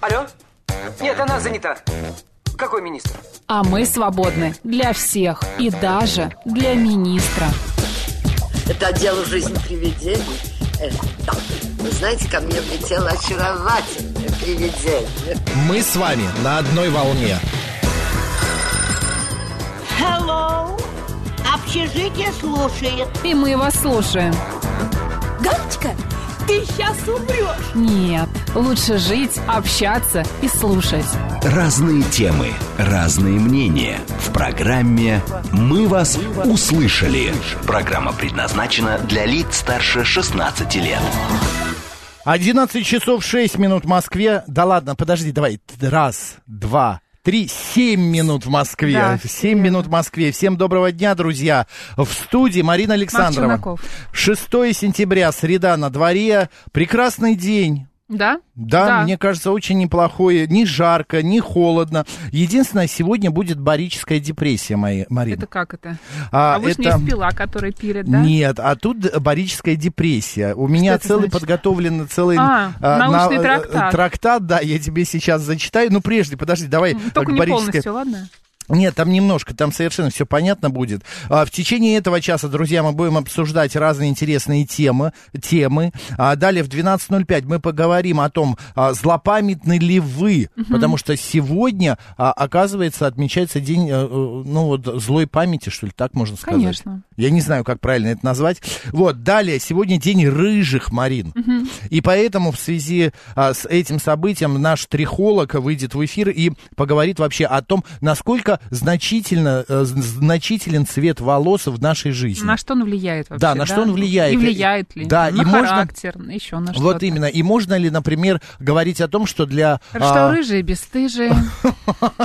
Алло? Нет, она занята. Какой министр? А мы свободны для всех и даже для министра. Это отдел жизни привидений. Э, да. Вы знаете, ко мне влетело очаровательное привидение. Мы с вами на одной волне. Hello! Общежитие слушает. И мы вас слушаем. Галочка, ты сейчас умрешь. Нет, лучше жить, общаться и слушать. Разные темы, разные мнения. В программе «Мы вас услышали». Программа предназначена для лиц старше 16 лет. 11 часов 6 минут в Москве. Да ладно, подожди, давай. Раз, два, три, семь минут в Москве. Да, Семь верно. минут в Москве. Всем доброго дня, друзья. В студии Марина Александрова. Челноков. 6 сентября, среда на дворе. Прекрасный день. Да? Да, мне кажется, очень неплохое. Не жарко, не холодно. Единственное, сегодня будет барическая депрессия, моя, Марина. Это как это? А, А, вы ж не это- из пила, который пилит, да? Нет, а тут барическая депрессия. У меня это целый значит? подготовлен целый А, на- научный э, трактат. трактат, да, я тебе сейчас зачитаю. Ну, прежде, подожди, давай. М, Только к не барической- полностью, ладно? Нет, там немножко, там совершенно все понятно будет. А, В течение этого часа, друзья, мы будем обсуждать разные интересные темы. темы. А Далее в 12.05 мы поговорим о том, а, злопамятны ли вы, потому что сегодня, а, оказывается, отмечается день, э, э, ну вот, злой памяти, что ли, так можно сказать? Конечно. Я не знаю, как правильно это назвать. Вот, далее, сегодня день рыжих, Марин. И поэтому в связи а, с этим событием наш трихолог выйдет в эфир и поговорит вообще о том, насколько значительно, э, з- значителен цвет волос в нашей жизни. На что он влияет вообще? Да, на что он влияет. И влияет ли? Да, на и можно- характер, еще на что-то. Вот именно. И можно ли, например, говорить о том, что для Что а, рыжие, бесстыжие.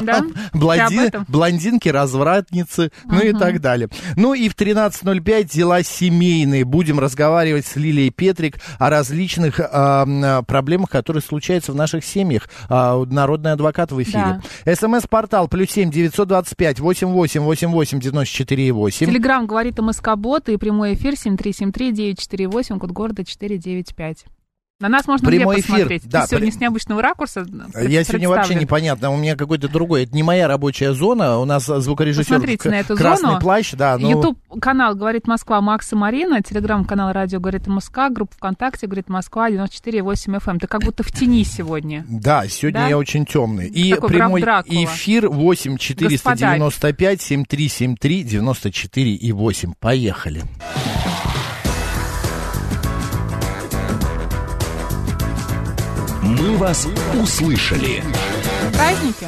Да? блонди- Ты об этом? блондинки, развратницы, ну и так далее. Ну и в 13.05 дела семейные. Будем разговаривать с Лилией Петрик о различных а, м, проблемах, которые случаются в наших семьях. А, народный адвокат в эфире. СМС-портал плюс 7 925 88 88 94 8. Телеграм говорит о бот и прямой эфир 7373948, код города 495. На нас можно Прямой где эфир, посмотреть? да, Ты сегодня при- с необычного ракурса э, Я сегодня вообще представлен. непонятно, у меня какой-то другой, это не моя рабочая зона, у нас а, звукорежиссер Посмотрите к- на эту красный зону. плащ, да, ну, Ютуб-канал «Говорит Москва» Макс и Марина, телеграм-канал «Радио Говорит МСК», группа ВКонтакте «Говорит Москва» 94,8 FM. эм. Ты как будто в тени сегодня. Да, сегодня Да? я очень темный. И Такой граф прямой Дракула. эфир 8 495 7373 94 и 8. Поехали. «Мы вас услышали». Праздники?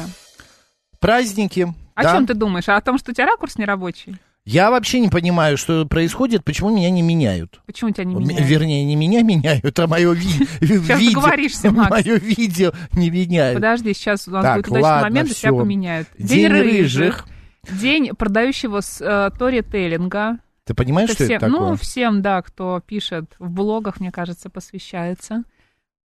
Праздники. О да. чем ты думаешь? А О том, что у тебя ракурс нерабочий? Я вообще не понимаю, что происходит, почему меня не меняют. Почему тебя не М- меняют? Вернее, не меня меняют, а мое ви- видео. договоришься, Макс. Мое видео не меняют. Подожди, сейчас у нас Так, будет удачный ладно, момент, и тебя всё. поменяют. День рыжих. День продающего с, э, Тори-тейлинга. Ты понимаешь, Это что это всем- ну, такое? всем, да, кто пишет в блогах, мне кажется, посвящается.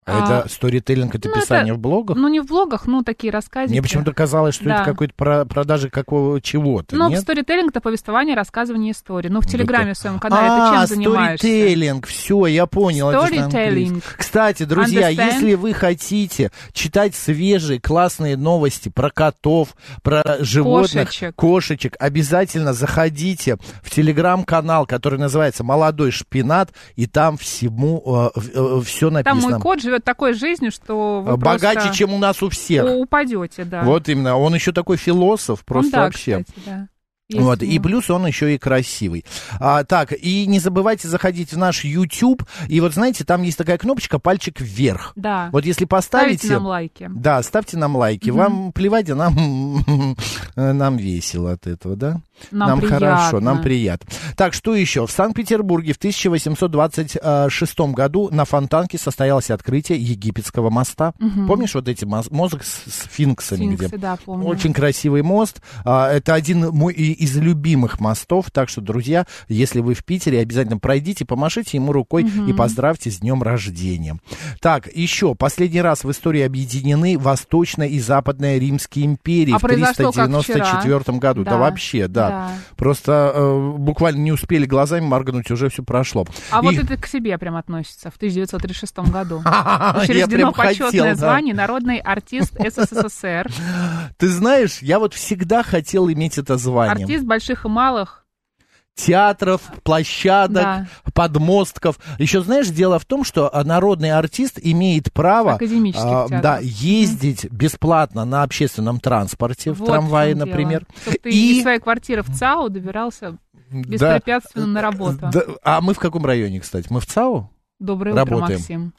А а, Это сторителлинг, это ну, это- писание в блогах? Ну, не в блогах, ну, такие рассказики. Мне почему-то казалось, что это Да. какой-то про- продажи какого чего-то, Ну, нет? в сторителлинг это повествование, рассказывание истории. Ну, в Да Телеграме ты- в своем канале ты чем а, занимаешься? сторителлинг, все, я понял. это же на Storytelling. английском. Кстати, друзья, Understand? если вы хотите читать свежие классные новости про котов, про животных, Кошечек. кошечек, обязательно заходите в телеграм-канал, который называется «Молодой шпинат», и там всему э, все Там написано. мой кот живет такой жизнью, что вы А, Богаче, просто чем у нас у всех. у- упадете, да. Вот именно. Он еще такой философ, Он просто да, вообще. кстати, да. Есть ну, Вот, у и него. плюс он еще и красивый. А, так, и не забывайте заходить в наш YouTube. И вот знаете, там есть такая кнопочка пальчик вверх. Да. Вот если Ставите поставите. нам лайки. Да, ставьте нам лайки. Вам плевать, а нам, э, нам весело от этого, да? Нам хорошо, нам приятно. приятно. Так, что еще? В Санкт-Петербурге в 1826 году на Фонтанке состоялось открытие Египетского моста. Помнишь вот эти моз- мозг с с сфинксами? где Сфинксы, да, помню. очень красивый мост. А, Это один мой и- из любимых мостов. Так что, друзья, если вы в Питере, обязательно пройдите, помашите ему рукой и поздравьте с днем рождения. Так, еще последний раз в истории объединены Восточная и Западная Римские империи А в произошло как вчера. 394 году. Да, Да. вообще, да. Да. Просто э, буквально не успели глазами моргнуть, уже все прошло. А И- вот это к себе прям относится, в 1936 году. Я Учреждено А, прям хотел, почетное да. звание «Народный артист СССР». Ты знаешь, я вот всегда хотел иметь это звание. Артист больших и малых. театров, площадок, Да. подмостков. Еще знаешь, дело в том, что а, народный артист имеет право Академических а, театров. да, ездить бесплатно на общественном транспорте, в Вот трамвае, в чем дело. например. Чтоб ты из своей квартиры в ЦАУ добирался да, беспрепятственно на работу. да, а мы в каком районе, кстати? Мы в ЦАУ? Доброе утро, работаем. Максим.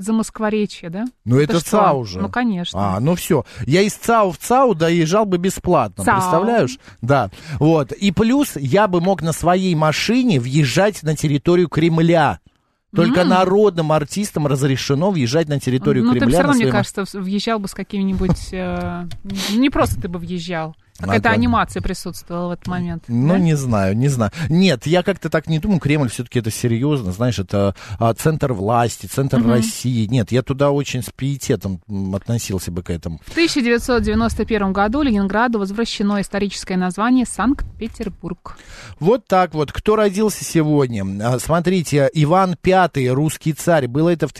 За Москворечье, да? Ну, это, что? ЦАУ же. Ну, конечно. А, ну все. Я из ЦАУ в ЦАУ доезжал бы бесплатно, ЦАУ. представляешь? Да. Вот. И плюс я бы мог на своей машине въезжать на территорию Кремля. Только народным артистам разрешено въезжать на территорию ну, ты Кремля. все на равно, мне своей ма- кажется, вс- въезжал бы с какими-нибудь... э, Не просто ты бы въезжал. а Какая-то Ага. анимация присутствовала в этот момент. Ну, да? не знаю, не знаю. Нет, я как-то так не думаю. Кремль все-таки это серьезно, знаешь, это а, центр власти, центр России. Нет, я туда очень с пиететом м, относился бы к этому. В 1991 году Ленинграду возвращено историческое название Санкт-Петербург. Вот так вот. Кто родился сегодня? А, Смотрите, Иван V, русский царь. Было это в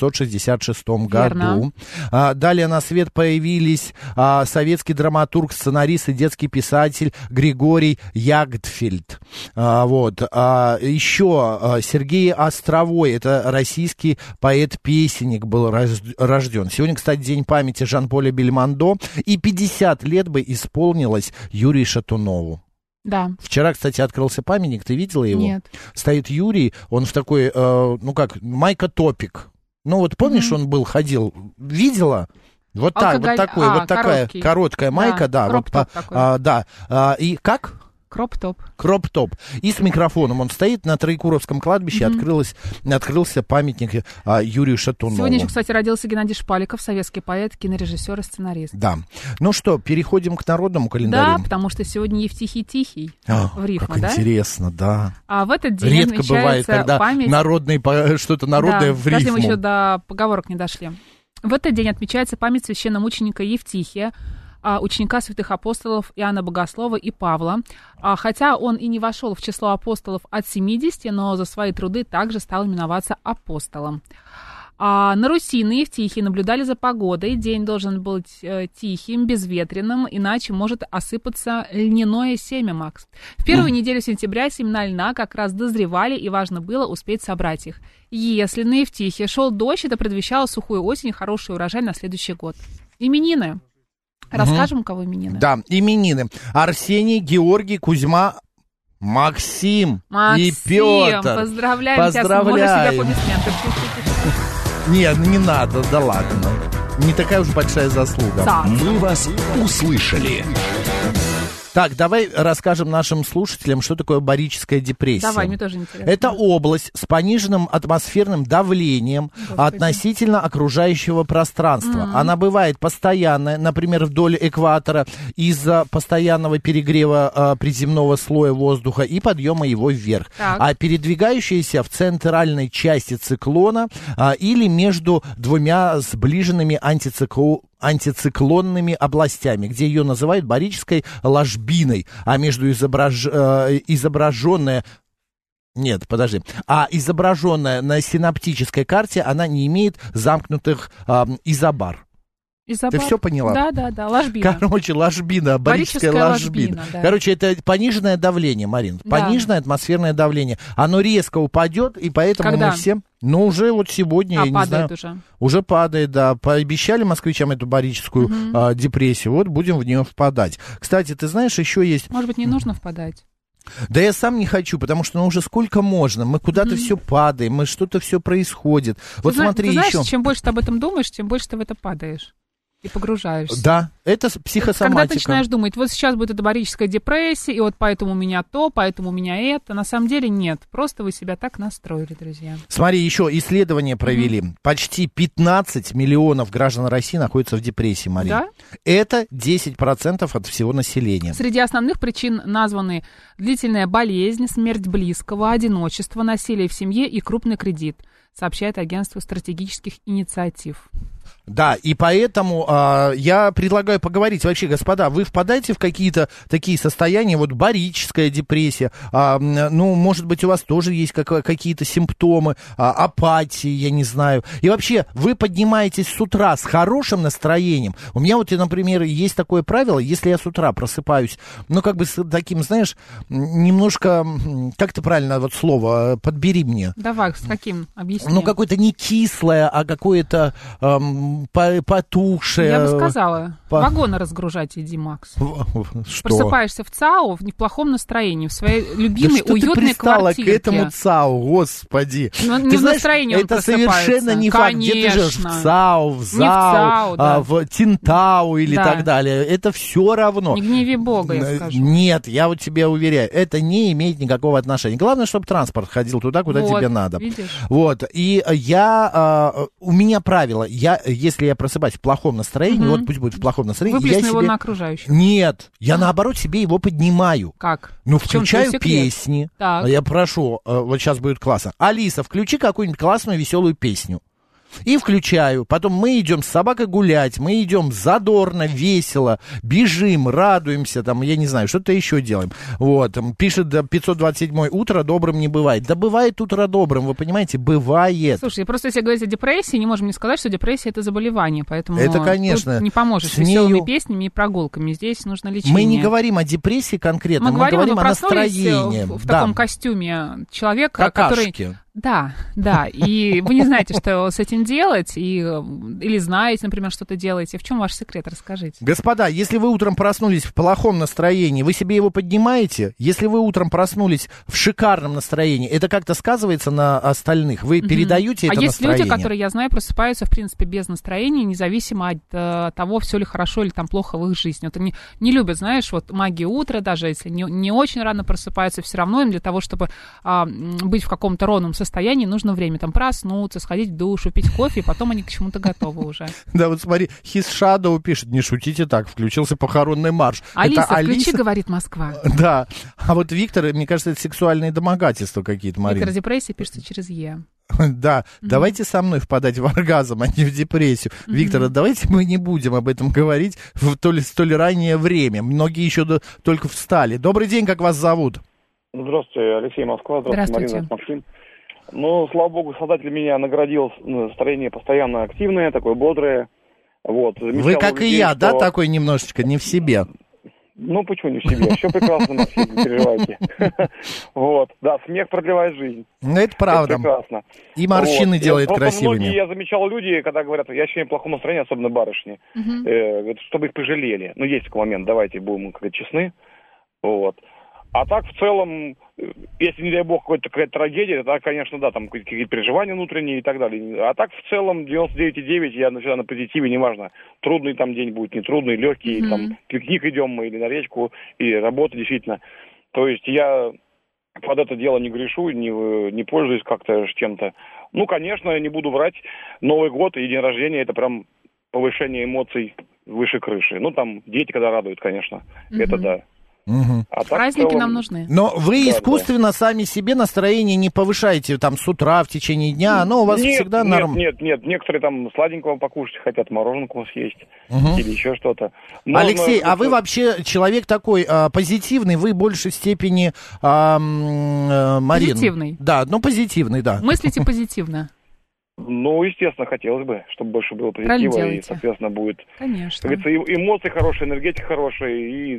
1666 году. Верно. А, Далее на свет появились а, советский драматург, сценарист и детский писатель Григорий Ягдфельд. А, Вот. А, Еще а, Сергей Островой. Это российский поэт-песенник был раз- рожден. Сегодня, кстати, день памяти Жан-Поля Бельмондо. И 50 лет бы исполнилось Юрию Шатунову. Да. Вчера, кстати, открылся памятник, ты видела его? Нет. Стоит Юрий, он в такой, э, ну как, майка топик. Ну вот помнишь, он был, ходил, видела? Вот так, Алкоголь- вот такой, а, вот такая короткий. короткая майка, да, вот кроп-топ по- такой. а, да, А, и как? Кроп-топ. Кроп-топ. И с микрофоном он стоит на Троекуровском кладбище, открылось, открылся памятник а, Юрию Шатунову. Сегодня еще, кстати, родился Геннадий Шпаликов, советский поэт, кинорежиссер и сценарист. Да. Ну что, переходим к народному Да, календарю. потому что сегодня Евтихий Тихий А, в рифму, как да? интересно, да. А в этот день Редко отмечается бывает, когда память... народный, по- э, что-то народное Да, в подожди, рифму. мы еще до поговорок не дошли. В этот день отмечается память священномученика Евтихия, а, ученика святых апостолов Иоанна Богослова и Павла. А, Хотя он и не вошел в число апостолов от 70, но за свои труды также стал именоваться апостолом. А на Руси на Евтихии наблюдали за погодой. День должен был быть э, тихим, безветренным, иначе может осыпаться льняное семя, Макс. В первую неделю сентября семена льна как раз дозревали, и важно было успеть собрать их. Если на Евтихе шел дождь, это предвещало сухую осень и хороший урожай на следующий год. Именины. Расскажем, у кого именины? Да, именины. Арсений, Георгий, Кузьма, Максим, Максим, и Петр. поздравляем, тебя. с- Поздравляем. Можно себе аплодисменты? Не, ну не надо, да ладно. Не такая уж большая заслуга. Так. «Мы вас услышали». Так, давай расскажем нашим слушателям, что такое барическая депрессия. Давай, мне тоже интересно. Это область с пониженным атмосферным давлением относительно окружающего пространства. Она бывает постоянная, например, вдоль экватора из-за постоянного перегрева э, приземного слоя воздуха и подъема его вверх. Так. А передвигающаяся в центральной части циклона а, или между двумя сближенными антицикло- антициклонными областями, где ее называют барической ложбиной, а между изображ... э, изображенная нет, подожди. А изображенная на синаптической карте, она не имеет замкнутых ам, изобар. Изобар. Ты все поняла? Ну, Да, да, да, ложбина. Короче, ложбина, барическая, Барическая ложбина. ложбина, да. Короче, это пониженное давление, Марин. Да. Пониженное атмосферное давление. Оно резко упадет, и поэтому Когда? мы все... Ну, уже вот сегодня, а, я не знаю. падает уже. Уже падает, да. Пообещали москвичам эту барическую а, депрессию. Вот будем в нее впадать. Кстати, ты знаешь, еще есть Может быть, не нужно впадать? Да я сам не хочу, потому что ну уже сколько можно, мы куда-то все падаем, мы что-то все происходит. вот ты зна- смотри ты знаешь, еще. чем больше ты об этом думаешь, тем больше ты в это падаешь. И погружаешься. Да, это с- психосоматика. Когда ты начинаешь думать, вот сейчас будет эта барическая депрессия, и вот поэтому у меня то, поэтому у меня это. На самом деле нет. Просто вы себя так настроили, друзья. Смотри, еще исследование провели. Почти 15 миллионов граждан России находятся в депрессии, Мария. Да? Это 10% от всего населения. Среди основных причин названы длительная болезнь, смерть близкого, одиночество, насилие в семье и крупный кредит, сообщает агентство стратегических инициатив. Да, и поэтому а, я предлагаю поговорить вообще, господа, вы впадаете в какие-то такие состояния, вот барическая депрессия, а, м, ну, может быть, у вас тоже есть кака- какие-то симптомы, а, апатии, я не знаю. И вообще, вы поднимаетесь с утра с хорошим настроением. У меня вот, и, например, есть такое правило, если я с утра просыпаюсь, ну, как бы с таким, знаешь, м, немножко, м, как ты правильно вот слово, э, подбери мне. Давай, с каким? Объясни. Ну, какое-то не кислое, а какое-то эм, по- потухшее. Я бы сказала, э, по- вагоны разгружать иди, Макс. Что? Просыпаешься в ЦАО в неплохом настроении, в своей Да любимой что ты уютной пристала квартирке. к этому ЦАО, господи. Ну, не ты в знаешь, настроении он это просыпается. совершенно не факт, где ты Конечно. живешь, в ЦАО, в ЗАО, ЦАО, да. а, в Тинтау или Да. так далее. Это все равно. Не гневи бога, я Э, скажу. Нет, я вот тебе уверяю, это не имеет никакого отношения. Главное, чтобы транспорт ходил туда, куда Вот, тебе надо. видишь? Вот, и я, а, у меня правило, я, если я просыпаюсь в плохом настроении, вот пусть будет в плохом настроении, я Выплесни его себе- на окружающих. Нет, я наоборот себе его поднимаю. Как? Ну, В чем твой включаю секрет? песни. Так. Я прошу, э, вот сейчас будет классно. Алиса, включи какую-нибудь классную веселую песню. И включаю. Потом мы идем с собакой гулять, мы идем задорно, весело, бежим, радуемся, там, я не знаю, что-то еще делаем. Вот, там, пишет да, 527 утро добрым не бывает. Да бывает утро добрым, вы понимаете, бывает. Слушай, просто если говорить о депрессии, не можем не сказать, что депрессия это заболевание, поэтому Это, тут конечно. не поможешь С нею- веселыми песнями и прогулками. Здесь нужно лечение. Мы не говорим о депрессии конкретно, мы мы, говорим, говорим вы о проснулись э, настроении. в, в Да. таком костюме человека, который Какашки. Да, да. И вы не знаете, что с этим делать, и, э, или знаете, например, что-то делаете. В чем ваш секрет? Расскажите. Господа, если вы утром проснулись в плохом настроении, вы себе его поднимаете? Если вы утром проснулись в шикарном настроении, это как-то сказывается на остальных? Вы передаете а это есть настроение? люди, которые, я знаю, просыпаются, в принципе, без настроения, независимо от э, того, все ли хорошо или там плохо в их жизни. Вот они не любят, знаешь, вот магию утра, даже если не, не очень рано просыпаются, все равно им для того, чтобы а, м, быть в каком-то ровном состоянии, нужно время там проснуться, сходить в душ, пить кофе, и потом они к чему-то готовы уже. Да, вот смотри, His Shadow пишет, не шутите так, включился похоронный марш. Алиса, это включи, Алиса? говорит Москва. Да, а вот Виктор, мне кажется, это сексуальные домогательства какие-то, Марина. Виктор депрессия пишется через Е. Да, давайте со мной впадать в оргазм, а не в депрессию. Виктор, а давайте мы не будем об этом говорить в то ли, столь раннее время. Многие еще до- только встали. Добрый день, как вас зовут? Здравствуйте, Алексей Москва, здравствуйте, Здравствуйте. Марина, это Максим. Ну, слава богу, создатель меня наградил ну, настроение постоянно активное, такое бодрое. Вот, Вы, замечал у как и людей, я, да, что- такой немножечко не в себе? Ну, почему не в себе? Все прекрасно, Максим, не переживайте. Вот, да, смех продлевает жизнь. Ну, это Это правда. прекрасно. И морщины Вот. И делает просто красивыми. Многие, я замечал люди, когда говорят, я сегодня в плохом настроении, особенно барышни, э, говорят, чтобы их пожалели. Ну, есть такой момент, давайте будем как говорится, честны. Вот. А так, в целом, э, если, не дай бог, какая-то какая трагедия, тогда, конечно, да, там какие-то переживания внутренние и так далее. А так, в целом, 99,9 я всегда на позитиве, неважно, трудный там день будет, нетрудный, легкий, Мгм. там, пикник идем мы или на речку, и работа действительно. То есть я под это дело не грешу, не, э, не пользуюсь как-то ж чем-то. Ну, конечно, не буду врать, Новый год и день рождения – это прям повышение эмоций выше крыши. Ну, там дети, когда радуют, конечно, это да. Мгм. А так, в Праздники целом, нам нужны. Но вы Да, искусственно сами себе настроение не повышаете там с утра, в течение дня. Оно у вас нет, всегда нет, нормально. Нет, нет, некоторые там сладенького покушать хотят, мороженку съесть или еще что-то. Можно- Алексей, а вы вообще человек такой а, позитивный, вы в большей степени а, м, э, Марин. Позитивный. Да, ну позитивный, да. Мыслите позитивно. Ну, естественно, хотелось бы, чтобы больше было Правильно позитива, и, делаете. соответственно, будет, Конечно. как говорится, и- эмоции хорошие, энергетика хорошая, и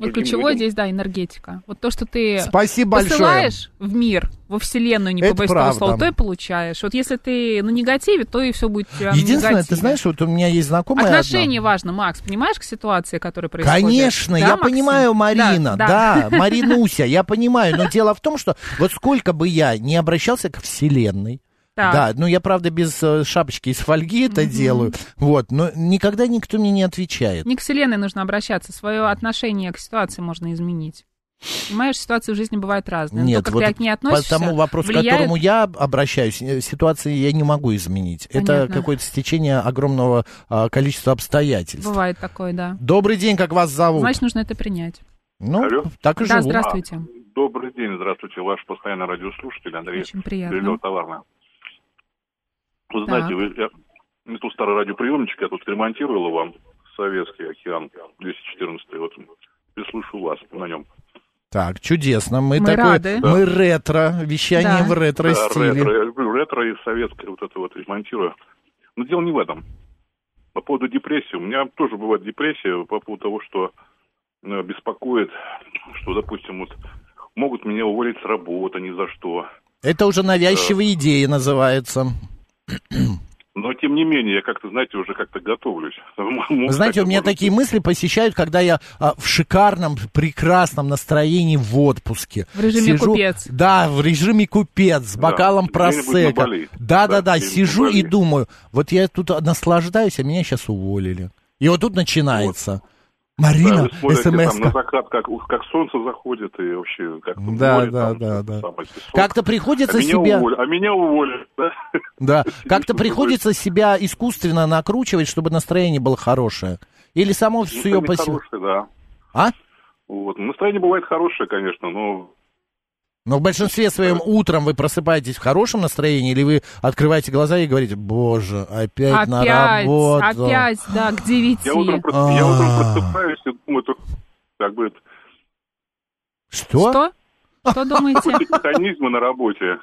Вот другим ключевое людям. здесь, да, энергетика. Вот то, что ты Спасибо большое. э, посылаешь в мир, во вселенную, не Это побоюсь этого правда. слова, то и получаешь. Вот если ты на негативе, то и все будет у тебя на Единственное, ты негативе. знаешь, вот у меня есть знакомая одна. Отношение важно, Макс, понимаешь к ситуации, которая происходит? Конечно, Да, я Максим? понимаю, Марина, да, Да, да. Маринуся, я понимаю, но дело в том, что вот сколько бы я не обращался к Вселенной, Так. Да, ну я, правда, без э, шапочки из фольги это делаю. Вот, но никогда никто мне не отвечает. Не к вселенной нужно обращаться, свое отношение к ситуации можно изменить. Понимаешь, ситуации в жизни бывают разные. но Нет, то, как вот ты к ней относишься, по тому вопросу, к влияет- которому я обращаюсь, э, ситуации я не могу изменить. Это Понятно. какое-то стечение огромного а, количества обстоятельств. Бывает такое, да. Добрый день, как вас зовут? Значит, нужно это принять. ну, Алло. так и Да, живу. здравствуйте. Добрый день, здравствуйте, ваш постоянный радиослушатель Андрей Очень приятно. Брилев Товарная. Вы Так. знаете, вы, я, у меня тут старый радиоприемничек, я тут ремонтировал вам советский океан 214, вот и слышу вас на нем. Так, чудесно. Мы, Мы такое, рады. мы ретро, вещание Да. в ретро Да, стиле. ретро, я люблю ретро и советское вот это вот ремонтирую. Но дело не в этом. По поводу депрессии. У меня тоже бывает депрессия по поводу того, что э, беспокоит, что, допустим, вот могут меня уволить с работы ни за что. Это уже навязчивые идеи называются. Но, тем не менее, я как-то, знаете, уже как-то готовлюсь. Мог Знаете, у так, меня может, такие мысли посещают, когда я а, в шикарном, прекрасном настроении в отпуске. В режиме купец. Да, в режиме купец, с бокалом где-нибудь на просека. Бали. Да, Да-да-да, где-нибудь сижу на и Бали. думаю, вот я тут наслаждаюсь, а меня сейчас уволили. И вот тут начинается. Марина, да, вы смотрите смс там на закат, как, как солнце заходит, и вообще как Да, да, да, да. Как-то приходится а меня себя... уволят- а меня уволят, да? Да, как-то что ты приходится себя искусственно накручивать, чтобы настроение было хорошее. Или само Ну, все они по себе. хорошие, да. А? Вот. Ну, Настроение бывает хорошее, конечно, но Но в большинстве Э. своем утром вы просыпаетесь в хорошем настроении, или вы открываете глаза и говорите, боже, опять, на Опять, работу. опять, да, к я утром, девяти. прос- я утром А. просыпаюсь и думаю, только как бы Что? Что? Что думаете? механизмы на работе.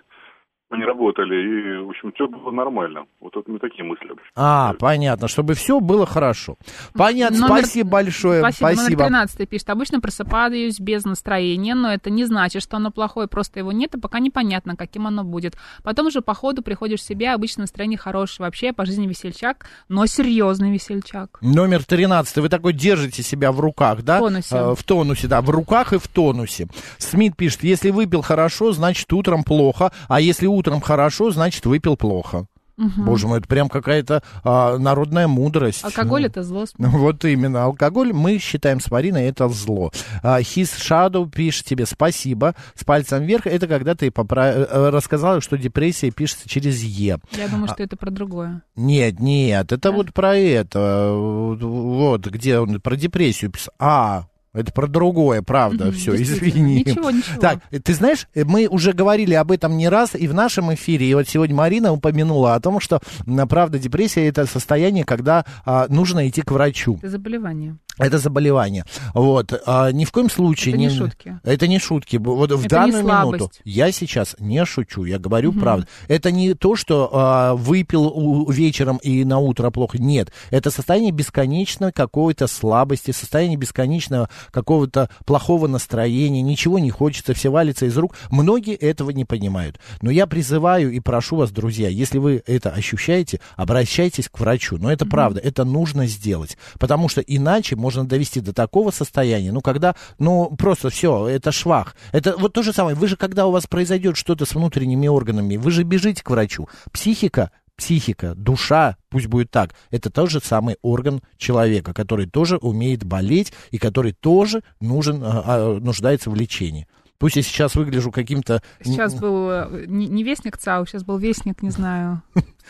Мы не работали, и, в общем, все было нормально. Вот это не такие мысли. А, понятно, чтобы все было хорошо. Понятно, Номер- спасибо большое. Спасибо. Номер спасибо. 13 пишет. Обычно просыпаюсь без настроения, но это не значит, что оно плохое, просто его нет, и пока непонятно, каким оно будет. Потом уже по ходу приходишь в себя, обычно настроение хорошее. Вообще я по жизни весельчак, но серьезный весельчак. Номер 13. Вы такой держите себя в руках, да? В тонусе. Э, в тонусе, да. В руках и в тонусе. Смит пишет, если выпил хорошо, значит утром плохо, а если утром хорошо, значит выпил плохо. Боже мой, это прям какая-то а, народная мудрость. Алкоголь это зло. Ну, Вот именно, алкоголь мы считаем с Мариной это зло. А, His Shadow пишет тебе спасибо с пальцем вверх. Это когда ты попра- э, рассказала, что депрессия пишется через Е. Я думаю, А что это про другое. Нет, нет, это вот про это. Вот, Вот, где он про депрессию писал. А, это про другое, правда, все, действительно. А, извини. Ничего, ничего. Так, э, ты знаешь, э, мы уже говорили об этом не раз и в нашем эфире, и вот сегодня Марина упомянула о том, что, м, правда, депрессия – это состояние, когда а, нужно идти к врачу. Это заболевание. Это заболевание. Вот. а, ни в коем случае... Это не шутки. Это не шутки. Б- Вот в Это данную не минуту слабость. я сейчас не шучу, я говорю правду. Это не то, что а, выпил у- вечером и на утро плохо. Нет. Это состояние бесконечной какой-то слабости, состояние бесконечного какого-то плохого настроения, ничего не хочется, все валится из рук. Многие этого не понимают. Но я призываю и прошу вас, друзья, если вы это ощущаете, обращайтесь к врачу. Но это правда, это нужно сделать. Потому что иначе можно довести до такого состояния, ну, когда, ну, просто все, это швах. Это вот то же самое. Вы же, когда у вас произойдет что-то с внутренними органами, вы же бежите к врачу. Психика психика, душа, пусть будет так, это тот же самый орган человека, который тоже умеет болеть и который тоже нужен, а, а, нуждается в лечении. Пусть я сейчас выгляжу каким-то Сейчас м, был э, не, не вестник ЦАУ, сейчас был вестник, не знаю.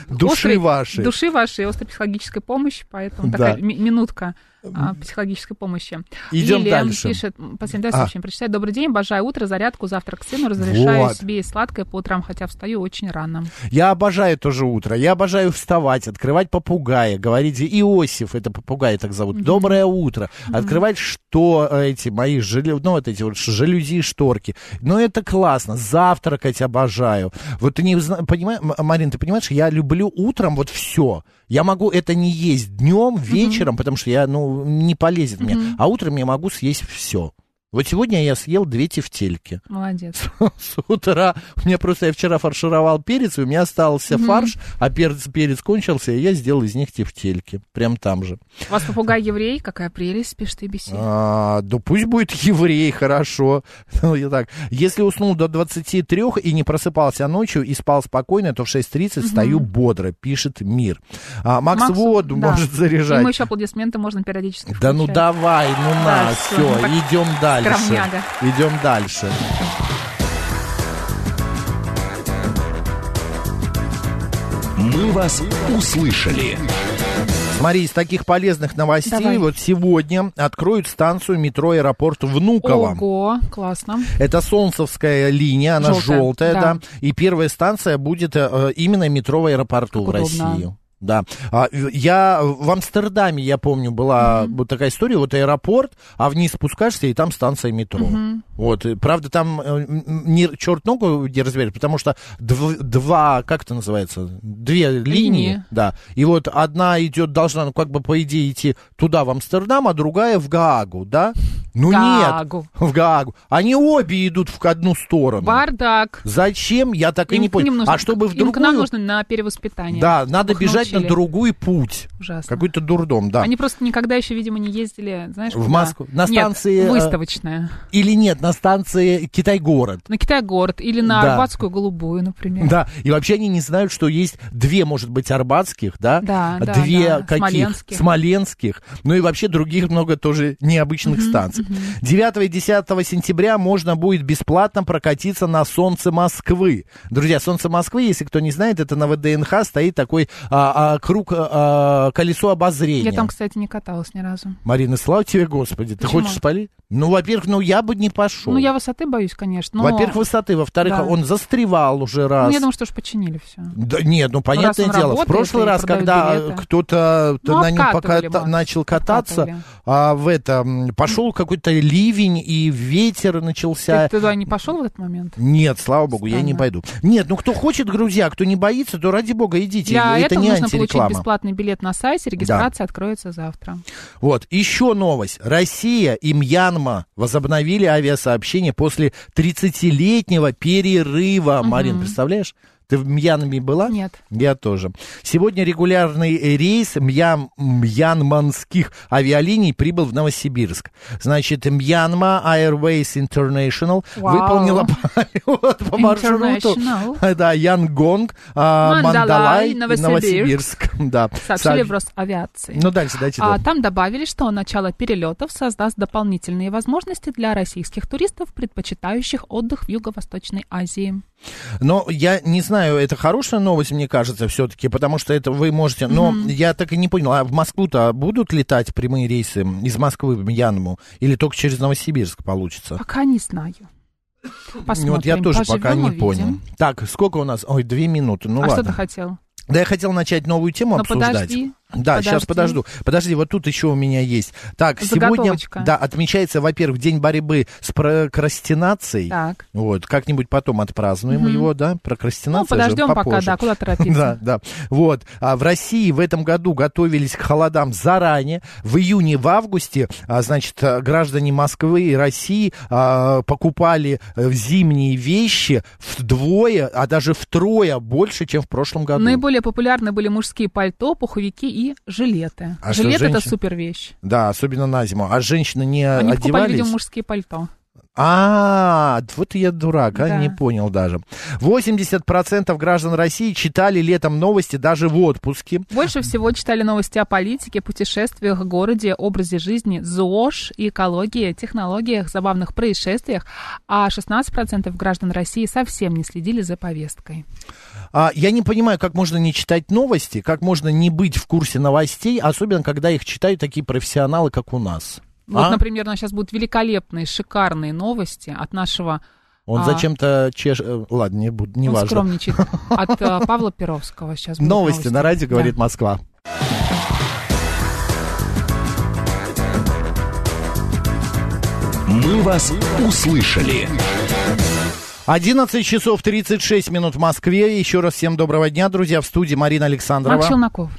души острой- вашей. Души вашей, острой психологической помощи, поэтому Да. такая ми- минутка а, психологической помощи. Идем Лилия дальше. пишет, м, последний А. раз сообщение прочитаю. Добрый день, обожаю утро, зарядку, завтрак сыну, разрешаю Вот. себе и сладкое по утрам, хотя встаю очень рано. Я обожаю тоже утро. Я обожаю вставать, открывать попугая, говорить Иосиф, это попугай так зовут. Доброе утро. Открывать что э, эти мои жалю- ну вот эти вот ш- жалюзи, шторки. Но это классно. Завтракать обожаю. Вот ты не понимаешь, Марин, ты понимаешь, я люблю утром вот все. Я могу это не есть днем, вечером, потому что я ну не полезет мне. А утром я могу съесть все. Вот сегодня я съел две тефтельки. Молодец. С утра. У меня просто я вчера фаршировал перец, и у меня остался фарш, а перец, перец кончился, и я сделал из них тефтельки. Прям там же. У вас попугай еврей, какая прелесть, пишет и беседа. А, да пусть будет еврей, хорошо. Ну, я так. Если уснул до 23 и не просыпался ночью и спал спокойно, то в 6.30 стою бодро, пишет Мир. А, Макс, воду может заряжать. Ему еще аплодисменты можно периодически Да ну включать. давай, ну Да, на, всё, все, ну так идем дальше. скромняга. Идем дальше. «Мы вас услышали». Смотри, из таких полезных новостей Давай. вот сегодня откроют станцию метро аэропорт Внуково. Ого, классно. Это Солнцевская линия, она Желтая, желтая, да. да. И первая станция будет э, именно метро в аэропорту Как в удобно. Россию. Да. А, э, Я в Амстердаме, я помню, была вот такая история, вот аэропорт, а вниз спускаешься, и там станция метро. Вот. И, правда, там э, м, м, не, черт ногу не разберет, потому что дв- два, как это называется, две линии, Линии. да. И вот одна идет, должна, ну, как бы, по идее, идти туда, в Амстердам, а другая в Гаагу, да? Ну Гаагу. нет, в Гаагу. Они обе идут в одну сторону. Бардак. Зачем? Я так и Им не к ним понял. нужно- а чтобы в им к нам другую... нужно на перевоспитание. Да, надо Их бежать научили. на другой путь. Ужасно. Какой-то дурдом, да. Они просто никогда еще, видимо, не ездили, знаешь, А. В куда? Москву. На Нет, станции, э, выставочная. Или нет, на станции Китай-город. На Китай-город или на Да. Арбатскую голубую, например. Да, и вообще они не знают, что есть две, может быть, арбатских, да? Да, да, Две да, каких? смоленских. Смоленских. Ну и вообще других много тоже необычных станций. 9 и 10 сентября можно будет бесплатно прокатиться на Солнце Москвы. Друзья, Солнце Москвы, если кто не знает, это на ВДНХ стоит такой а, а, круг, а, а, колесо обозрения. Я там, кстати, не каталась ни разу. Марина, слава тебе, Господи, Почему? ты хочешь спалить? Ну, во-первых, ну я бы не пошел. Ну, я высоты боюсь, конечно. но- Во-первых, высоты, во-вторых, Да. он застревал уже раз. Ну, я думаю, что уж починили все. Да нет, ну понятное он дело. работает в прошлый и раз, продает когда билеты. кто-то Ну, на нем обкатывали, поката- Макс, начал обкатывали. кататься, а в этом пошел какой-то ливень и ветер начался. Ты туда не пошел в этот момент? Нет, слава богу, я не Странно. пойду. Нет, ну кто хочет, друзья, кто не боится, то ради бога идите. Для это этого не нужно получить антиреклама. бесплатный билет на сайте. Регистрация откроется завтра. Вот, еще новость. Россия и Мьянма возобновили авиасообщение после 30-летнего перерыва. Марин, представляешь? Ты в Мьянме была? Нет. Я тоже. Сегодня регулярный рейс мьям, мьянманских авиалиний прибыл в Новосибирск. Значит, Мьянма Airways International Вау. выполнила полет по маршруту International. да, Янгонг, а, Мандалай, Мандалай, Новосибирск. Новосибирск. Да. Сообщили Сообщ- в Росавиации. Ну, дальше дайте. А, да. там добавили, что начало перелетов создаст дополнительные возможности для российских туристов, предпочитающих отдых в Юго-Восточной Азии. Но я не знаю, это хорошая новость, мне кажется, все-таки, потому что это вы можете. Но я так и не понял, а в Москву-то будут летать прямые рейсы из Москвы в Мьянму или только через Новосибирск получится? Пока не знаю. Посмотрим. Ну, вот я тоже поживем, пока не увидим. понял. Так, сколько у нас? Ой, две минуты. Ну а что ладно. ты хотел? Да я хотел начать новую тему Но обсуждать. подожди, Да, сейчас подожди. подожду. Подожди, вот тут еще у меня есть. Так, сегодня Заготовочка. да, отмечается, во-первых, День борьбы с прокрастинацией. Так. Вот, как-нибудь потом отпразднуем его, да, прокрастинация Ну, подождем же пока, попозже. да, куда Да, торопиться. да. Вот. А в России в этом году готовились к холодам заранее. В июне, и в августе, а, значит, а, граждане Москвы и России а, покупали э, зимние вещи вдвое, а даже втрое больше, чем в прошлом году. Наиболее популярны были мужские пальто, пуховики и жилеты. А что, Жилет это женщин- супер вещь. Да, особенно на зиму. А женщины не Они покупали, одевались? видимо, мужские пальто. А, вот я дурак, а Да. не понял даже. 80% граждан России читали летом новости даже в отпуске. Больше всего читали новости о политике, путешествиях, городе, образе жизни, ЗОЖ, экологии, технологиях, забавных происшествиях, а 16% граждан России совсем не следили за повесткой. А, я не понимаю, как можно не читать новости, как можно не быть в курсе новостей, особенно когда их читают такие профессионалы, как у нас. Ну, Вот, А? например, у нас сейчас будут великолепные, шикарные новости от нашего... Он а, зачем-то чеш... э, Ладно, не, буду, не он важно. скромничает. От э, Павла Перовского сейчас будут Новости, на радио Да. говорит Москва. «Мы вас услышали». 11 часов 36 минут в Москве. Еще раз всем доброго дня, друзья. В студии Марина Александрова. Марк Челноков.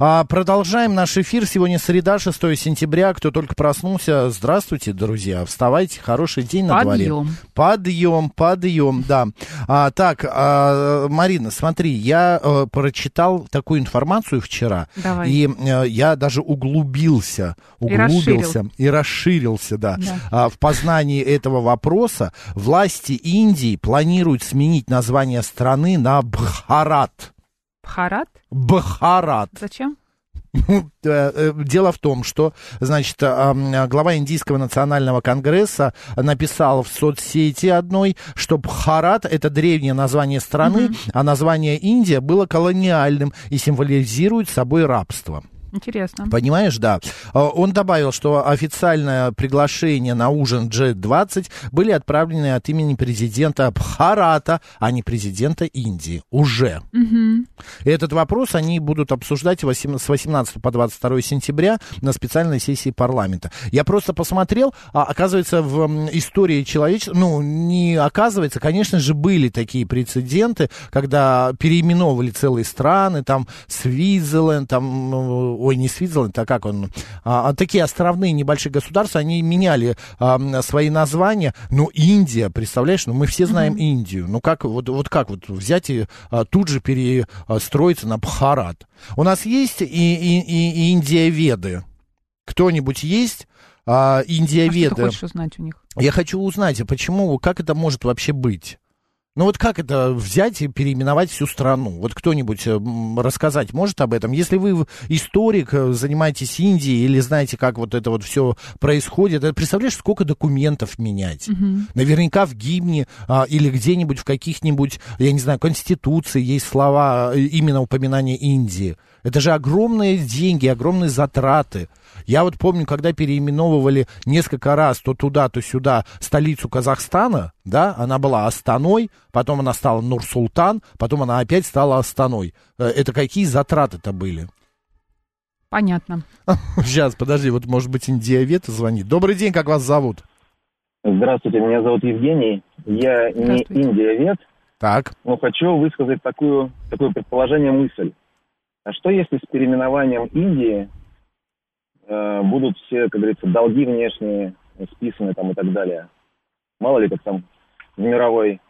А, продолжаем наш эфир. Сегодня среда, 6 сентября. Кто только проснулся, здравствуйте, друзья. Вставайте, хороший день на дворе. Подъем. Подъем, подъем, да. А, так, а, Марина, смотри, я э, прочитал такую информацию вчера, Давай. и э, я даже углубился, углубился расширил. и расширился, да. Да. А, в познании этого вопроса власти Индии планируют сменить название страны на Бхарат. Бхарат? Бхарат. Зачем? Ну, э, э, Дело в том, что, значит, а, м, а, глава Индийского национального конгресса написал в соцсети одной, что Бхарат — это древнее название страны, а название Индия было колониальным и символизирует собой рабство. Интересно. Понимаешь, да. А, Он добавил, что официальное приглашение на ужин G20 были отправлены от имени президента Бхарата, а не президента Индии. Уже. И Этот вопрос они будут обсуждать восем- с 18 по 22 сентября на специальной сессии парламента. Я просто посмотрел, а, оказывается, в м, истории человечества, ну, не оказывается, конечно же, были такие прецеденты, когда переименовывали целые страны, там, Свизерленд, там, ну, ой, не Свизерленд, а как он, а, а такие островные небольшие государства, они меняли а, м, свои названия, но Индия, представляешь, ну, мы все знаем Индию, ну, как, вот, вот как вот взять и а, тут же перестроиться на Бхарат? У нас есть и, и, и, и Индия-веды? Кто-нибудь есть? А, А что ты Индия-веды. хочешь узнать у них? Я хочу узнать, а почему, как это может вообще быть? Ну вот как это взять и переименовать всю страну? Вот кто-нибудь э, м, рассказать может об этом? Если вы в- историк, э, занимаетесь Индией или знаете, как вот это вот все происходит, э, представляешь, сколько документов менять? Наверняка в гимне а, или где-нибудь в каких-нибудь, я не знаю, конституции есть слова э, именно упоминания Индии. Это же огромные деньги, огромные затраты. Я вот помню, когда переименовывали несколько раз то туда, то сюда столицу Казахстана, да, она была Астаной, потом она стала Нур-Султан, потом она опять стала Астаной. Э, Это какие затраты-то были? Понятно. Сейчас, подожди, вот может быть Индиавета звонит. Добрый день, как вас зовут? Здравствуйте, меня зовут Евгений. Я не Здравствуйте. индиовед, Так, но хочу высказать такую, такое предположение мысль. А что если с переименованием Индии э, будут все, как говорится, долги внешние списаны там и так далее? Мало ли как там в мировой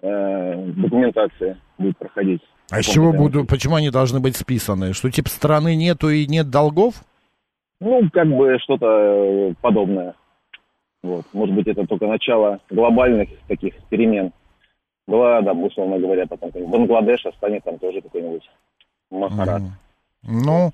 э, документации будет проходить. а с чего буду, почему они должны быть списаны? Что типа страны нету и нет долгов? Ну, как бы что-то э, подобное. Вот. Может быть, это только начало глобальных таких перемен. Была, да, условно говоря, потом какой-нибудь Бангладеш, а станет там тоже какой-нибудь Махарат. Ну,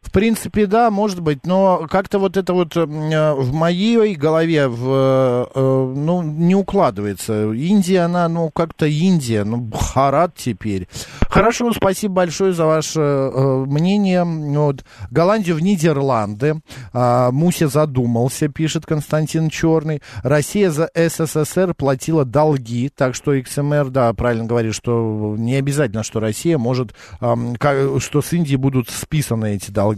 в принципе, да, может быть, но как-то вот это вот м, э, в моей голове в, э, ну, не укладывается. Индия, она, ну, как-то Индия, ну, Бхарат теперь. Хорошо, спасибо большое за ваше э, мнение. Вот. Голландию в Нидерланды. А, Муся задумался, пишет Константин Черный. Россия за СССР платила долги, так что XMR, да, правильно говорит, что не обязательно, что Россия может, ам, ка- что с Индии будут списаны эти долги.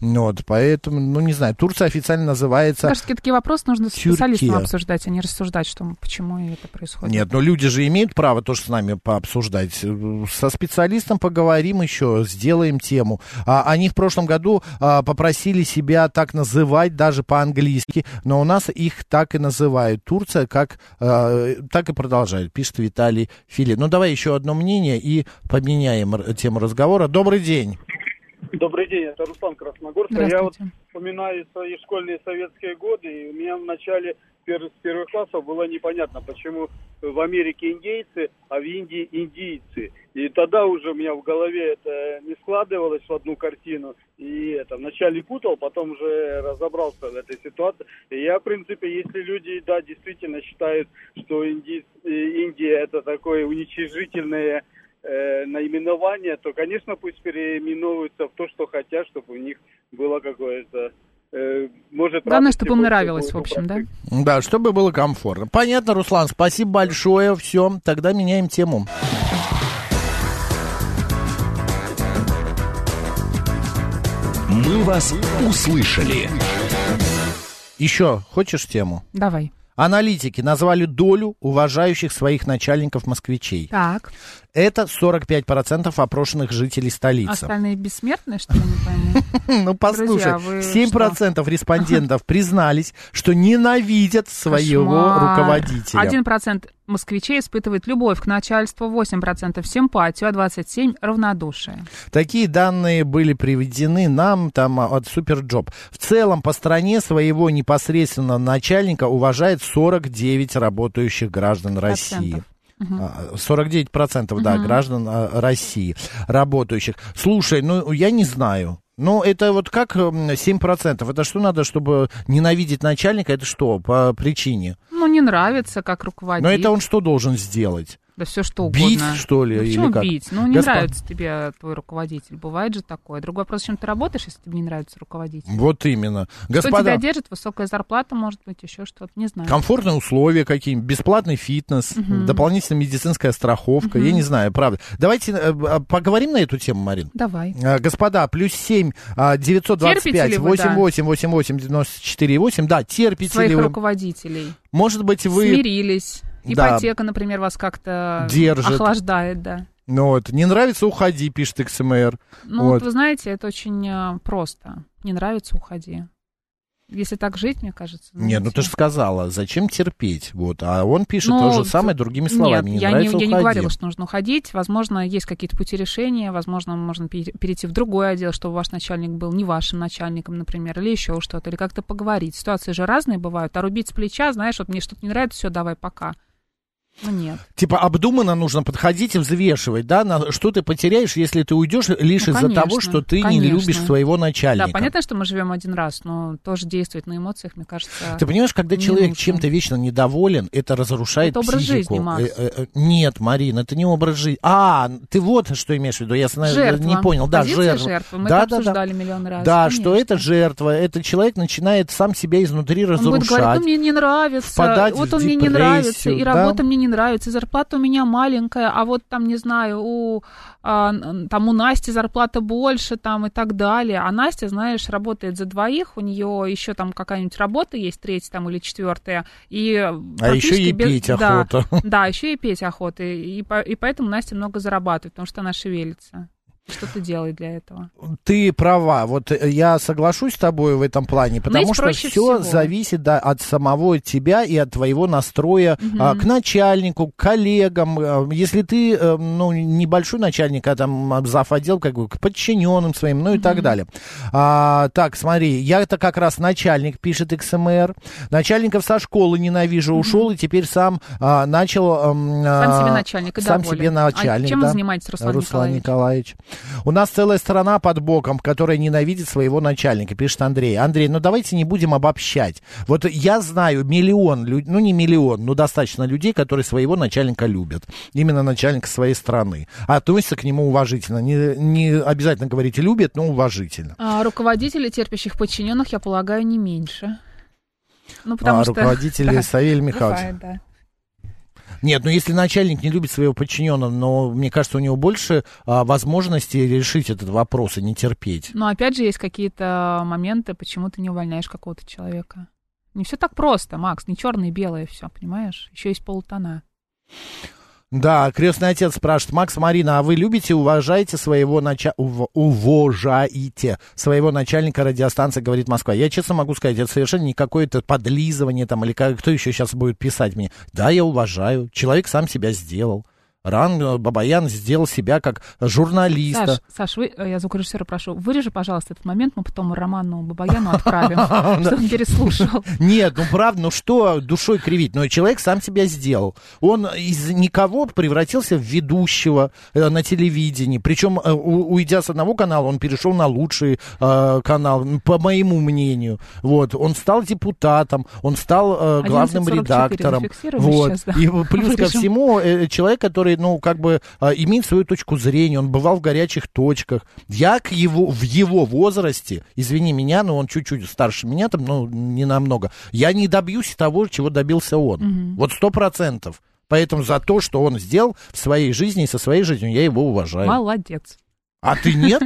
Вот, поэтому, ну, не знаю, Турция официально называется... Мне кажется, такие вопросы нужно с специалистом Тюркия. обсуждать, а не рассуждать, что, почему это происходит. Нет, ну люди же имеют право тоже с нами пообсуждать. Со специалистом поговорим еще, сделаем тему. А, они в прошлом году а, попросили себя так называть даже по-английски, но у нас их так и называют. Турция как э, так и продолжает, пишет Виталий Фили. Ну давай еще одно мнение и поменяем р- тему разговора. Добрый день. Добрый день, это Руслан Красногорский. Я вот Здравствуйте. вспоминаю свои школьные советские годы, и у меня в начале пер- с первых классов было непонятно, почему в Америке индейцы, а в Индии индийцы. И тогда уже у меня в голове это не складывалось в одну картину. И это вначале путал, потом уже разобрался в этой ситуации. И я, в принципе, если люди, да, действительно считают, что Инди- э, Индия это такое уничижительное э, наименование, то, конечно, пусть переименовываются в то, что хотят, чтобы у них было какое-то... э, может, Главное, радости чтобы им больше нравилось, будет в у общем, да? простых. Да, чтобы было комфортно. Понятно, Руслан, спасибо большое. Все, тогда меняем тему. «Мы вас услышали». Еще хочешь тему? Давай. Аналитики назвали долю уважающих своих начальников москвичей. Так. Это 45% опрошенных жителей столицы. Остальные бессмертные, что ли, не пойму? Ну, послушай, Друзья, вы 7% респондентов признались, что ненавидят своего Кошмар. руководителя. 1% москвичей испытывает любовь к начальству, 8% симпатию, а 27% равнодушие. Такие данные были приведены нам там а, от Суперджоп. В целом по стране своего непосредственного начальника уважает 49 работающих граждан России. А, 49% да, Мгм. граждан а, России, работающих. Слушай, ну я не знаю. Ну, это вот как м, 7%? Это что надо, чтобы ненавидеть начальника? Это что, по причине? Ну, не нравится, как руководитель. Но это он что должен сделать? Да все что угодно. Бить, что ли, Ну, или почему как? бить? Ну, не Госпо- нравится тебе твой руководитель. Бывает же такое. Другой вопрос, чем ты работаешь, если тебе не нравится руководитель. Вот именно. Что Господа, тебя держит? Высокая зарплата, может быть, еще что-то. Не знаю. Комфортные условия какие-нибудь, бесплатный фитнес, Мгм. дополнительная медицинская страховка, я не знаю, правда. Давайте э, б- поговорим на эту тему, Марин. Давай. Э, Господа, плюс а, 7, Терпите 925, ли вы, да? 88, 88, 94, 8. Да, терпите Своих ли вы? руководителей. Может быть, вы... Смирились. Да. Ипотека, например, вас как-то Держит. охлаждает, да. Ну вот, не нравится, уходи, пишет Эм XMR. Ну, вот. вы знаете, это очень э, просто. Не нравится, уходи. Если так жить, мне кажется. ну, Нет, ну ты же сказала, зачем терпеть? Вот, а он пишет Ну, то же самое другими словами. Нет, не я, нравится, не, я не уходи. говорила, что нужно уходить. Возможно, есть какие-то пути решения. Возможно, можно пере- перейти в другой отдел, чтобы ваш начальник был не вашим начальником, например, или еще что-то, или как-то поговорить. Ситуации же разные бывают. А рубить с плеча, знаешь, вот мне что-то не нравится, все, давай, пока. Ну, нет. Типа обдуманно нужно подходить и взвешивать, да, на- что ты потеряешь, если ты уйдешь лишь Ну, из-за конечно, того, что ты не конечно. любишь своего начальника. Да, понятно, что мы живем один раз, но тоже действовать на эмоциях, мне кажется. Ты понимаешь, когда не человек нужно. чем-то вечно недоволен, это разрушает Это образ психику. жизни, Макс. Э, э, э, Нет, Марин, это не образ жизни. А, ты вот что имеешь в виду? Я сна- Жертва. не понял. Да, Позиция жертва. жертвы. Мы да, это обсуждали миллион раз, Да, конечно. что это жертва. Это человек начинает сам себя изнутри Он будет разрушать. говорить, ну, мне не нравится, впадать вот в он мне не нравится, и депрессию, да. работа мне не нравится, и зарплата у меня маленькая, а вот там, не знаю, у, а, н- там у Насти зарплата больше, там и так далее. А Настя, знаешь, работает за двоих, у нее еще там какая-нибудь работа есть, третья там или четвертая, и А еще практически ей без- петь да. охота. Да, еще и петь охота, и, и по- и поэтому Настя много зарабатывает, потому что она шевелится. Что-то делает для этого. Ты права. Вот э, я соглашусь с тобой в этом плане, потому Ныть что проще все всего. зависит да, от самого тебя и от твоего настроя Мгм. а, к начальнику, к коллегам. Э, Если ты, э, ну, небольшой начальник, а там а, зав. отдел, как бы, к подчиненным своим, ну и так далее. А, так, смотри, я это как раз начальник, пишет XMR. Начальников со школы ненавижу, ушел и теперь сам а, начал... эм, Сам себе а, начальник и Сам доволен. себе А начальник, чем вы да. занимаетесь, Руслан Николаевич? Николаевич. У нас целая страна под боком, которая ненавидит своего начальника, пишет Андрей. Андрей, ну давайте не будем обобщать. Вот я знаю миллион людей, ну не миллион, но достаточно людей, которые своего начальника любят. Именно начальника своей страны. Относятся к нему уважительно. Не, не обязательно говорить любят, но уважительно. А, руководители терпящих подчиненных, я полагаю, не меньше. Ну, потому А, что... руководители Да, Савелия Михайловича. бывает, да. Нет, ну если начальник не любит своего подчиненного, но мне кажется, у него больше а, возможностей решить этот вопрос и не терпеть. Но опять же, есть какие-то моменты, почему ты не увольняешь какого-то человека. Не все так просто, Макс, не черное и белое все, понимаешь? Еще есть полутона. Да, крестный отец спрашивает, Макс, Марина, а вы любите, уважаете своего начальника, уважаете своего начальника радиостанции, говорит Москва. Я честно могу сказать, это совершенно не какое-то подлизывание там, или как, кто еще сейчас будет писать мне. Да, я уважаю, человек сам себя сделал. Ран э, Бабаян сделал себя как журналиста. Саш, Саш, вы- э, я звукорежиссера прошу, вырежи, пожалуйста, этот момент, мы потом Роману Бабаяну отправим, чтобы он переслушал. Нет, ну правда, ну что душой кривить? Но человек сам себя сделал. Он из никого превратился в ведущего э, на телевидении. Причем, э, у- уйдя с одного канала, он перешел на лучший э, канал, м, по моему мнению. Вот. Он стал депутатом, он стал э, главным 11.44 редактором. зафиксируем Вот. сейчас, да. И плюс ко Вырежем. всему, э, человек, который, ну, как бы э, имеет свою точку зрения, он бывал в горячих точках. Я к его, в его возрасте, извини меня, но он чуть-чуть старше меня, там, ну, не намного, я не добьюсь того, чего добился он. Мгм. Вот сто процентов. Поэтому за то, что он сделал в своей жизни и со своей жизнью, я его уважаю. Молодец. А ты нет?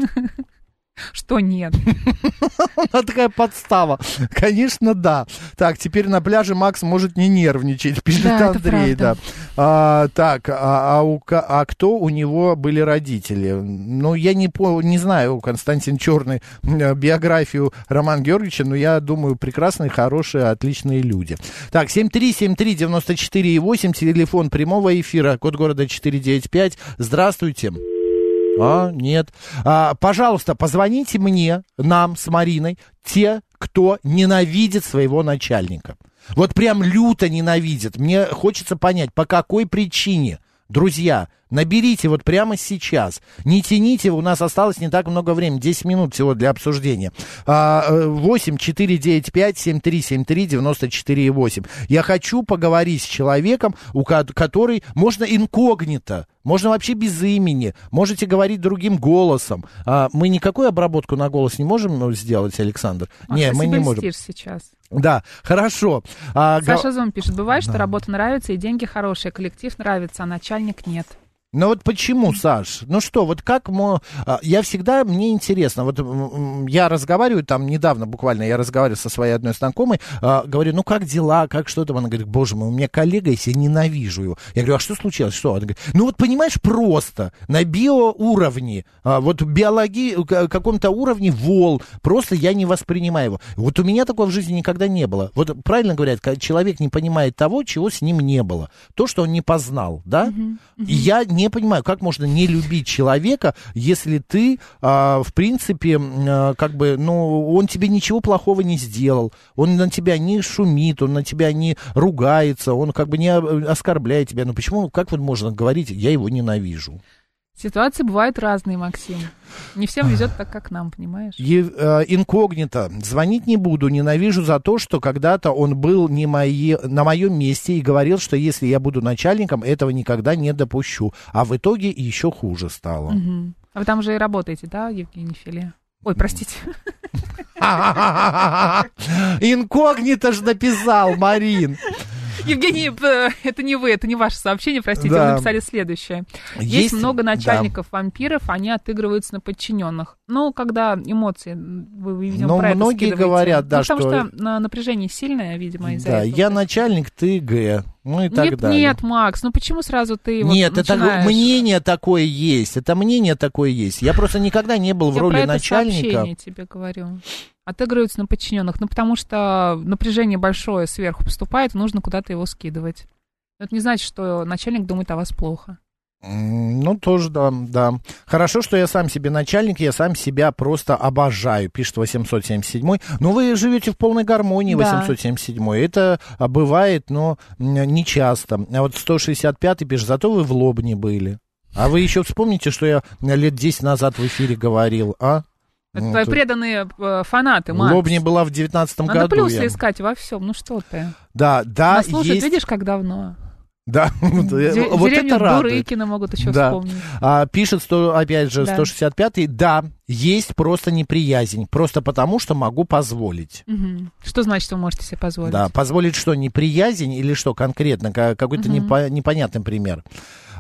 Что нет? Она такая подстава. Конечно, да. Так, теперь на пляже Макс может не нервничать, пишет Да, это Андрей. Да. правда. А, так, а, а у ка- а кто у него были родители? Ну, я не, по, не знаю, Константин Черный, м, э, биографию Романа Георгиевича, но я думаю, прекрасные, хорошие, отличные люди. Так, 7373948, телефон прямого эфира, код города 495. Здравствуйте. А, нет. А, пожалуйста, позвоните мне, нам с Мариной, те, кто ненавидит своего начальника. Вот прям люто ненавидит. Мне хочется понять, по какой причине. Друзья, наберите вот прямо сейчас. Не тяните, у нас осталось не так много времени. 10 минут всего для обсуждения. А, э, 8 495 7373 94 8. Я хочу поговорить с человеком, у ко- который можно инкогнито можно вообще без имени, можете говорить другим голосом. А, мы никакую обработку на голос не можем ну, сделать, Александр? Ах, не, ты мы себя не можем. льстишь сейчас. Да, хорошо. А, га- Саша Зум пишет, бывает, что работа нравится и деньги хорошие, коллектив нравится, а начальник нет. Ну вот почему, Саш? Ну что, вот как... мо- а, Я всегда, мне интересно, вот м, м, я разговариваю там недавно буквально, я разговаривал со своей одной знакомой, а, говорю, ну как дела, как что там? Она говорит, боже мой, у меня коллега есть, я ненавижу его. Я говорю, а что случилось, что? Она говорит, ну вот понимаешь, просто на биоуровне, а, вот биологии, к- каком-то уровне вол, просто я не воспринимаю его. Вот у меня такого в жизни никогда не было. Вот правильно говорят, когда человек не понимает того, чего с ним не было. То, что он не познал, да? И я не понимаю, как можно не любить человека, если ты, а, в принципе, м, а, как бы, ну, он тебе ничего плохого не сделал, он на тебя не шумит, он на тебя не ругается, он как бы не о- оскорбляет тебя. Ну почему, как вот можно говорить, я его ненавижу? Ситуации бывают разные, Максим. Не всем везет так, как нам, понимаешь? Е- э, инкогнито. Звонить не буду. Ненавижу за то, что когда-то он был не мои, на моем месте и говорил, что если я буду начальником, этого никогда не допущу. А в итоге еще хуже стало. Мгм. А вы там же и работаете, да, Евгений Филия? Ой, простите. Инкогнито же написал, Марин. Евгений, э, это не вы, это не ваше сообщение, простите, Да. вы написали следующее. Есть, Есть- много да. начальников вампиров, они отыгрываются на подчиненных. Ну, когда эмоции, м, вы, вы, видимо, Но про это многие скидываете. говорят, да, Ну, потому что- что, на- напряжение сильное, видимо, из-за Да, этого. я начальник, ты Г. Ну и так нет, далее. нет, Макс, ну почему сразу ты вот Нет, это начинаешь? мнение такое есть. Это мнение такое есть. Я просто никогда не был в Я роли про это начальника. сообщение тебе говорю. Отыгрываются на подчиненных. Ну, потому что напряжение большое сверху поступает, и нужно куда-то его скидывать. Но это не значит, что начальник думает о вас плохо. М, Ну, тоже да, да. Хорошо, что я сам себе начальник, я сам себя просто обожаю, пишет 877. Но Ну, вы живете в полной гармонии, Да. 877. Это а, бывает, но м, не часто. А вот 165 пишет, зато вы в лобне были. А вы еще вспомните, что я э, лет 10 назад в эфире говорил, а? Это Ну, твои тут преданные э, фанаты, Макс. Лобни была в 19 Надо году. плюсы я- искать во всем. Ну что ты? Да, да, Нас слушают, А, есть. видишь, как давно. Да, вот Де- вот деревню это радует. Дурыкина могут еще Да. вспомнить. А, пишет, что, опять же, Да. 165-й, да, есть просто неприязнь, просто потому, что могу позволить. Мгм. Что значит, вы можете себе позволить? Да, позволить что, неприязнь или что конкретно, Ка- какой-то Мгм. непо- непонятный пример.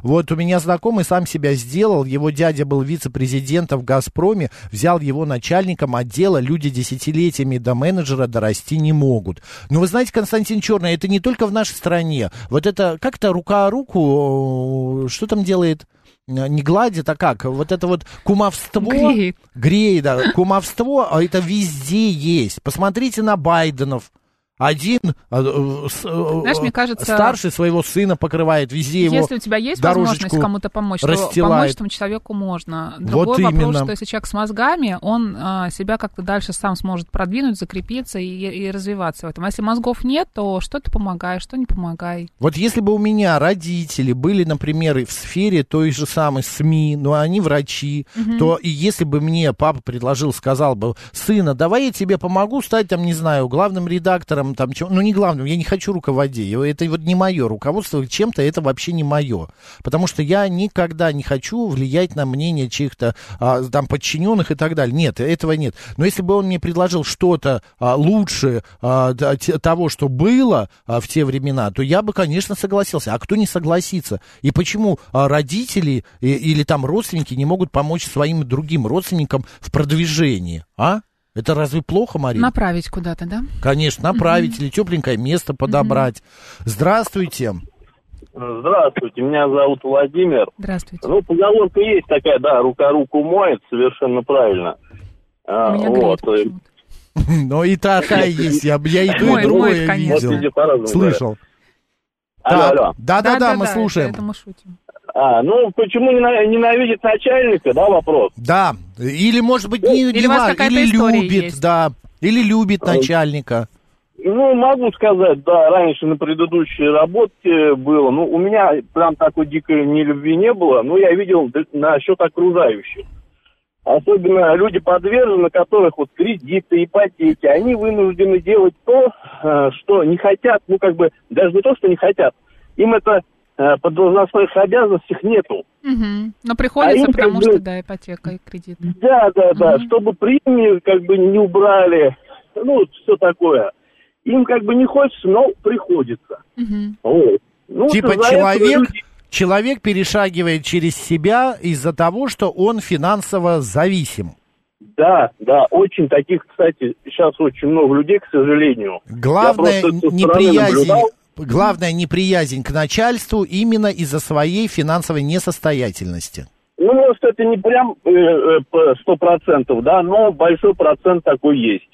Вот у меня знакомый сам себя сделал, его дядя был вице-президентом в «Газпроме», взял его начальником отдела, люди десятилетиями до менеджера дорасти не могут. Но вы знаете, Константин Черный, это не только в нашей стране. Вот это как-то рука о руку, э, что там делает? Э, Не гладит, а как? Вот это вот кумовство... Греет. Грей, да. Кумовство, а это везде есть. Посмотрите на Байденов. Один э, Знаешь, Знаешь, мне кажется- э, старший своего сына покрывает везде его. Если у тебя есть возможность дорожечку кому-то помочь, то помочь расстилает. этому человеку можно. Вот Другой вопрос, именно. что если человек с мозгами, он а, себя как-то дальше сам сможет продвинуть, закрепиться и, и развиваться в этом. А если мозгов нет, то что ты помогаешь, что не помогай. Вот если бы у меня родители были, например, и в сфере той же самой СМИ, но они врачи, Мгм. то и если бы мне папа предложил, сказал бы, сына, давай я тебе помогу стать, там, не знаю, главным редактором главным, там, чем, ну, не главным, я не хочу руководить, Я- это вот не мое руководство, чем-то это вообще не мое, потому что я никогда не хочу влиять на мнение чьих-то а, там подчиненных и так далее, нет, этого нет, но если бы он мне предложил что-то а, лучше а, т- те- того, что было а, в те времена, то я бы, конечно, согласился, а кто не согласится, и почему а, родители и- или там родственники не могут помочь своим другим родственникам в продвижении, а? Это разве плохо, Марина? Направить куда-то, да? Конечно, направить или тепленькое место подобрать. Здравствуйте. Здравствуйте, меня зовут Владимир. Здравствуйте. Ну, поговорка есть такая, да, рука руку моет, совершенно правильно. А, Меня вот. э, Ну и такая есть. Я, б- я и то, и Моет, другое моет, видел. конечно. Вот люди по-разному Слышал. Алло, Так, алло. Да-да-да, мы это- слушаем. Это мы шутим. А, ну, почему нена- ненавидит начальника, да, вопрос? Да. Или, может быть, не, Или не у вас важно, какая-то или история любит, есть. да. Или любит начальника. Ну, могу сказать, да, раньше на предыдущей работе было. Ну, у меня прям такой дикой нелюбви не было, но я видел д- насчет окружающих. Особенно люди подвержены, которых вот кредиты, ипотеки, они вынуждены делать то, э, что не хотят, ну, как бы, даже не то, что не хотят. Им это э, по должностных обязанностях нету. Мгм. Но А приходится, им как потому бы- что, да, ипотека и кредиты. Да, да, да, чтобы премию как бы не убрали, ну, все такое. Им как бы не хочется, но приходится. Мгм. Вот. Ну, типа за это человек, люди- человек перешагивает через себя из-за того, что он финансово зависим. Да, да, очень таких, кстати, сейчас очень много людей, к сожалению. Главное Я просто со стороны неприязнь, наблюдал. главное неприязнь к начальству именно из-за своей финансовой несостоятельности. Ну, может, это не прям э, сто процентов, да, но большой процент такой есть.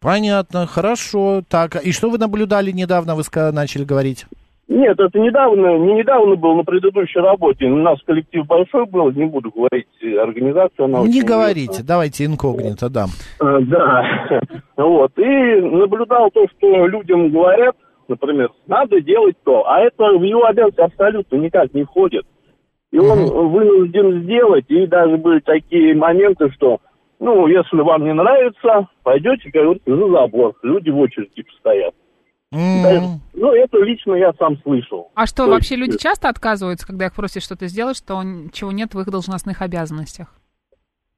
Понятно, хорошо. Так, и что вы наблюдали недавно, вы ска- начали говорить? Нет, это недавно, не недавно было на предыдущей работе. У нас коллектив большой был, не буду говорить э, организацию. Она Не очень говорите, давайте инкогнито, да. Э, Да. Вот. И наблюдал то, что людям говорят, например, надо делать то, а это в его обязанности абсолютно никак не входит. И он вынужден сделать, и даже были такие моменты, что, ну, если вам не нравится, пойдете, как говорится, за забор. Люди в очереди стоят. Мгм. Ну, это лично я сам слышал. А что, То вообще есть, э, люди часто отказываются, когда их просят что-то сделать, что он- чего нет в их должностных обязанностях?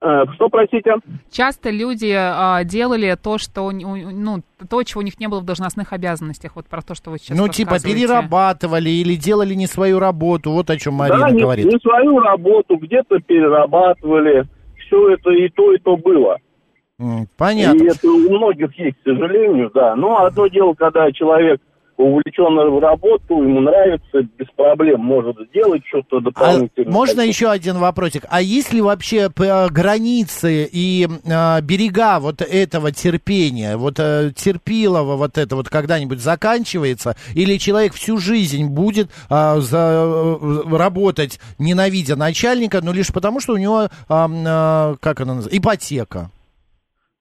э, Что, простите? Часто люди а, делали то, что не- у- ну, то, чего у них не было в должностных обязанностях, вот про то, что вы сейчас ну, типа рассказываете. перерабатывали или делали не свою работу, вот о чем Марина да, не- говорит. Не, свою работу, где-то перерабатывали. Все это и то, и то было. М, Понятно. И это у многих есть, к сожалению, да. Но одно дело, когда человек увлечен в работу, ему нравится, без проблем может сделать что-то А дополнительное. можно еще один вопросик? А есть ли вообще п- э, границы и м, э, берега вот этого терпения, вот э, терпилого вот это вот когда-нибудь заканчивается, или человек всю жизнь будет а, за- э, работать, ненавидя начальника, но лишь потому, что у него, а, м, э, как она называется, ипотека?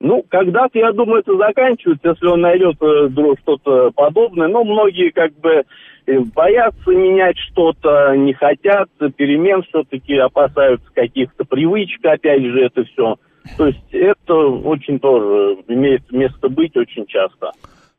Ну, когда-то, я думаю, это заканчивается, если он найдет э, друг что-то подобное. Но многие как бы э, боятся менять что-то, не хотят перемен все-таки, опасаются каких-то привычек, опять же, это все. То есть это очень тоже имеет место быть очень часто.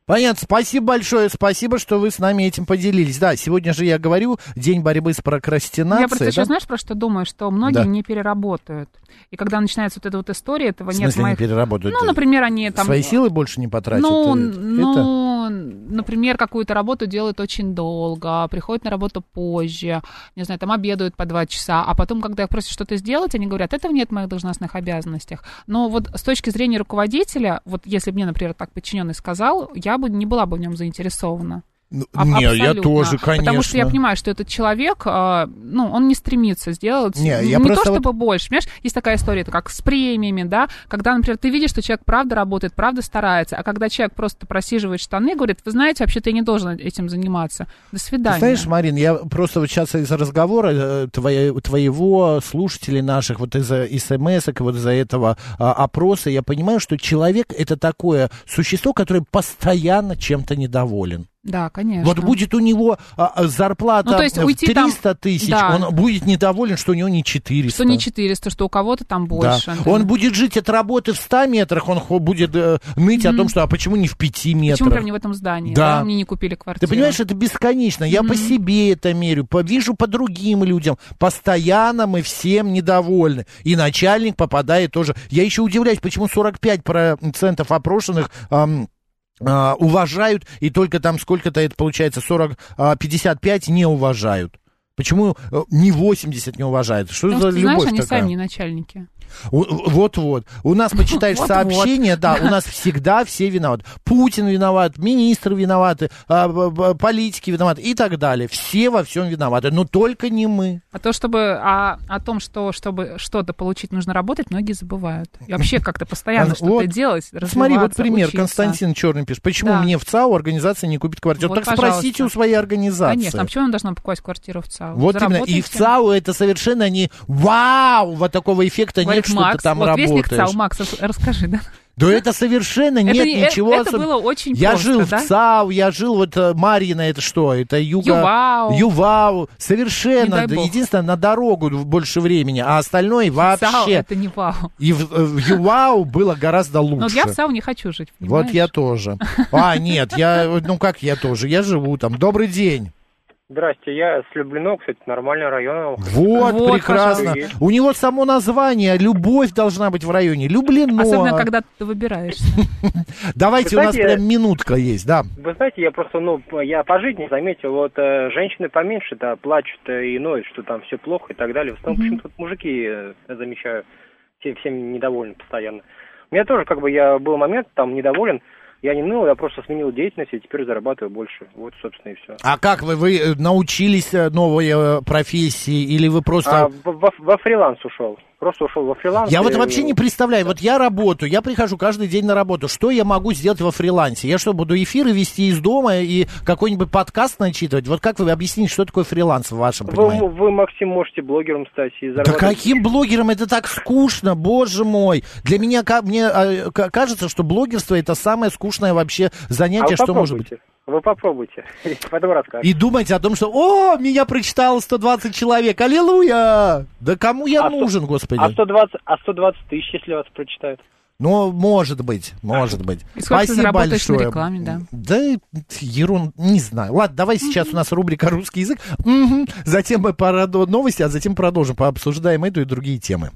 Понятно, спасибо большое, спасибо, что вы с нами этим поделились. Да, сегодня же я говорю, день борьбы с прокрастинацией. Ну, Я просто еще, да? знаешь, про что думаю, что многие Да. не переработают. И когда начинается вот эта вот история, этого В нет в смысле, не моих... переработают? э, Ну, например, они там... Свои силы больше не потратят? Ну, э, это? ну, например, какую-то работу делают очень долго, приходят на работу позже, не знаю, там обедают по два часа, а потом, когда их просят что-то сделать, они говорят, этого нет в моих должностных обязанностях. Но вот с точки зрения руководителя, вот если бы мне, например, так подчиненный сказал, я бы не была бы в нем заинтересована. А- не, я абсолютно. тоже, Потому что я конечно. понимаю, что этот человек, а, ну, он не стремится сделать Не, не, я то, просто вот- чтобы больше. Понимаешь, есть такая история, это как с премиями, да, когда, например, ты видишь, что человек правда работает, правда старается, а когда человек просто просиживает штаны и говорит, вы знаете, вообще-то я не должен этим заниматься. До свидания. Ты знаешь, Марин, я просто вот сейчас из разговора э, твоей- твоего слушателей наших, вот из-за смс и вот из-за этого а, опроса, я понимаю, что человек это такое существо, которое постоянно чем-то недоволен. Да, конечно. Вот будет у него а, а, зарплата Ну, то есть в уйти там- 300 тысяч, Да. он будет недоволен, что у него не 400. Что не 400, что у кого-то там Да. больше. Да. Он будет жить от работы в 100 метрах, он хо- будет э, ныть о Мгм. том, что а почему не в 5 метрах. Почему прям не в этом здании? Да. Да. Мне не купили квартиру. Ты понимаешь, это бесконечно. Я по себе это мерю, по, вижу по другим людям. Постоянно мы всем недовольны. И начальник попадает тоже. Я еще удивляюсь, почему 45% опрошенных... ам, а, уважают, и только там сколько-то это получается, 40, а, 55 не уважают. Почему э, не 80 не уважают? Что Потому за что, ты любовь знаешь, они такая? сами не начальники. У- Вот-вот. У нас почитаешь Вот-вот. сообщения, да, у нас всегда все виноваты. Путин виноват, министры виноваты, а, б- б- политики виноваты и так далее. Все во всем виноваты, но только не мы. А то, чтобы а, о том, что чтобы что-то получить, нужно работать, многие забывают. И вообще как-то постоянно А, что-то вот. делать, Смотри, вот развиваться, пример. учиться. Константин Черный пишет. Почему Да. мне в ЦАУ организация не купит квартиру? Вот, так спросите пожалуйста. у своей организации. Конечно, а почему она должна покупать квартиру в ЦАУ? Вот именно. И в Заработайте. ЦАУ это совершенно не вау, вот такого эффекта Говорит нет, что ты Макс, там вот вестник работаешь. ЦАУ, Макс, рас- расскажи, да? Да это совершенно Это нет не- э- ничего это особ- было очень Я просто, жил да? в ЦАУ, я жил вот э, Марьино, это что? Это юга... Ювау. Ювау. Не Совершенно. дай Да, бог. Единственное, на дорогу больше времени, а остальное вообще. ЦАУ, это не вау. И в, э, в Ювау было гораздо лучше. Но вот Ну, я в ЦАУ не хочу жить, Вот понимаешь? я тоже. А, нет, я, ну как я тоже, я живу там. Добрый день. Здрасте, я с Люблино, кстати, нормальный район. А Вот, прекрасно. пожалуйста. У него само название, любовь должна быть в районе. Люблено. Особенно, когда ты выбираешься. Давайте, Вы у нас знаете, прям минутка есть, да. Вы знаете, я просто, ну, я по жизни заметил, вот э, женщины поменьше, да, плачут э, и ноют, что там все плохо и так далее. В основном, Мгм. почему-то вот мужики, э, я замечаю, все, всем недовольны постоянно. У меня тоже, как бы, я был момент, там, недоволен, я не ныл, я просто сменил деятельность и теперь зарабатываю больше. Вот, собственно, и все. А как вы, вы э, научились э, новой э, профессии или вы просто... во, во фриланс ушел. Просто ушел во фриланс. Я вот и- вообще не представляю, вот я работаю, я прихожу каждый день на работу, что я могу сделать во фрилансе? Я что, буду эфиры вести из дома и какой-нибудь подкаст начитывать? Вот как вы объясните, что такое фриланс в вашем понимании? Вы, вы, Максим, можете блогером стать и Да зарабатывать. каким блогерам это так скучно, боже мой. Для меня, ка- мне а, ка- кажется, что блогерство это самое скучное вообще занятие, а вы что может быть. попробуйте. Вы попробуйте. Потом расскажу. И думать о том, что, о, меня прочитало 120 человек, аллилуйя! Да кому я А сто- нужен, господи? А 120, а 120 тысяч, если вас прочитают. Ну, может быть, может быть. И сколько ты Спасибо заработаешь на большое. рекламе, да. Да, ерун, не знаю. Ладно, давай сейчас у нас рубрика «Русский язык». Мгм. Затем мы пора новости, а затем продолжим. Пообсуждаем эту и другие темы.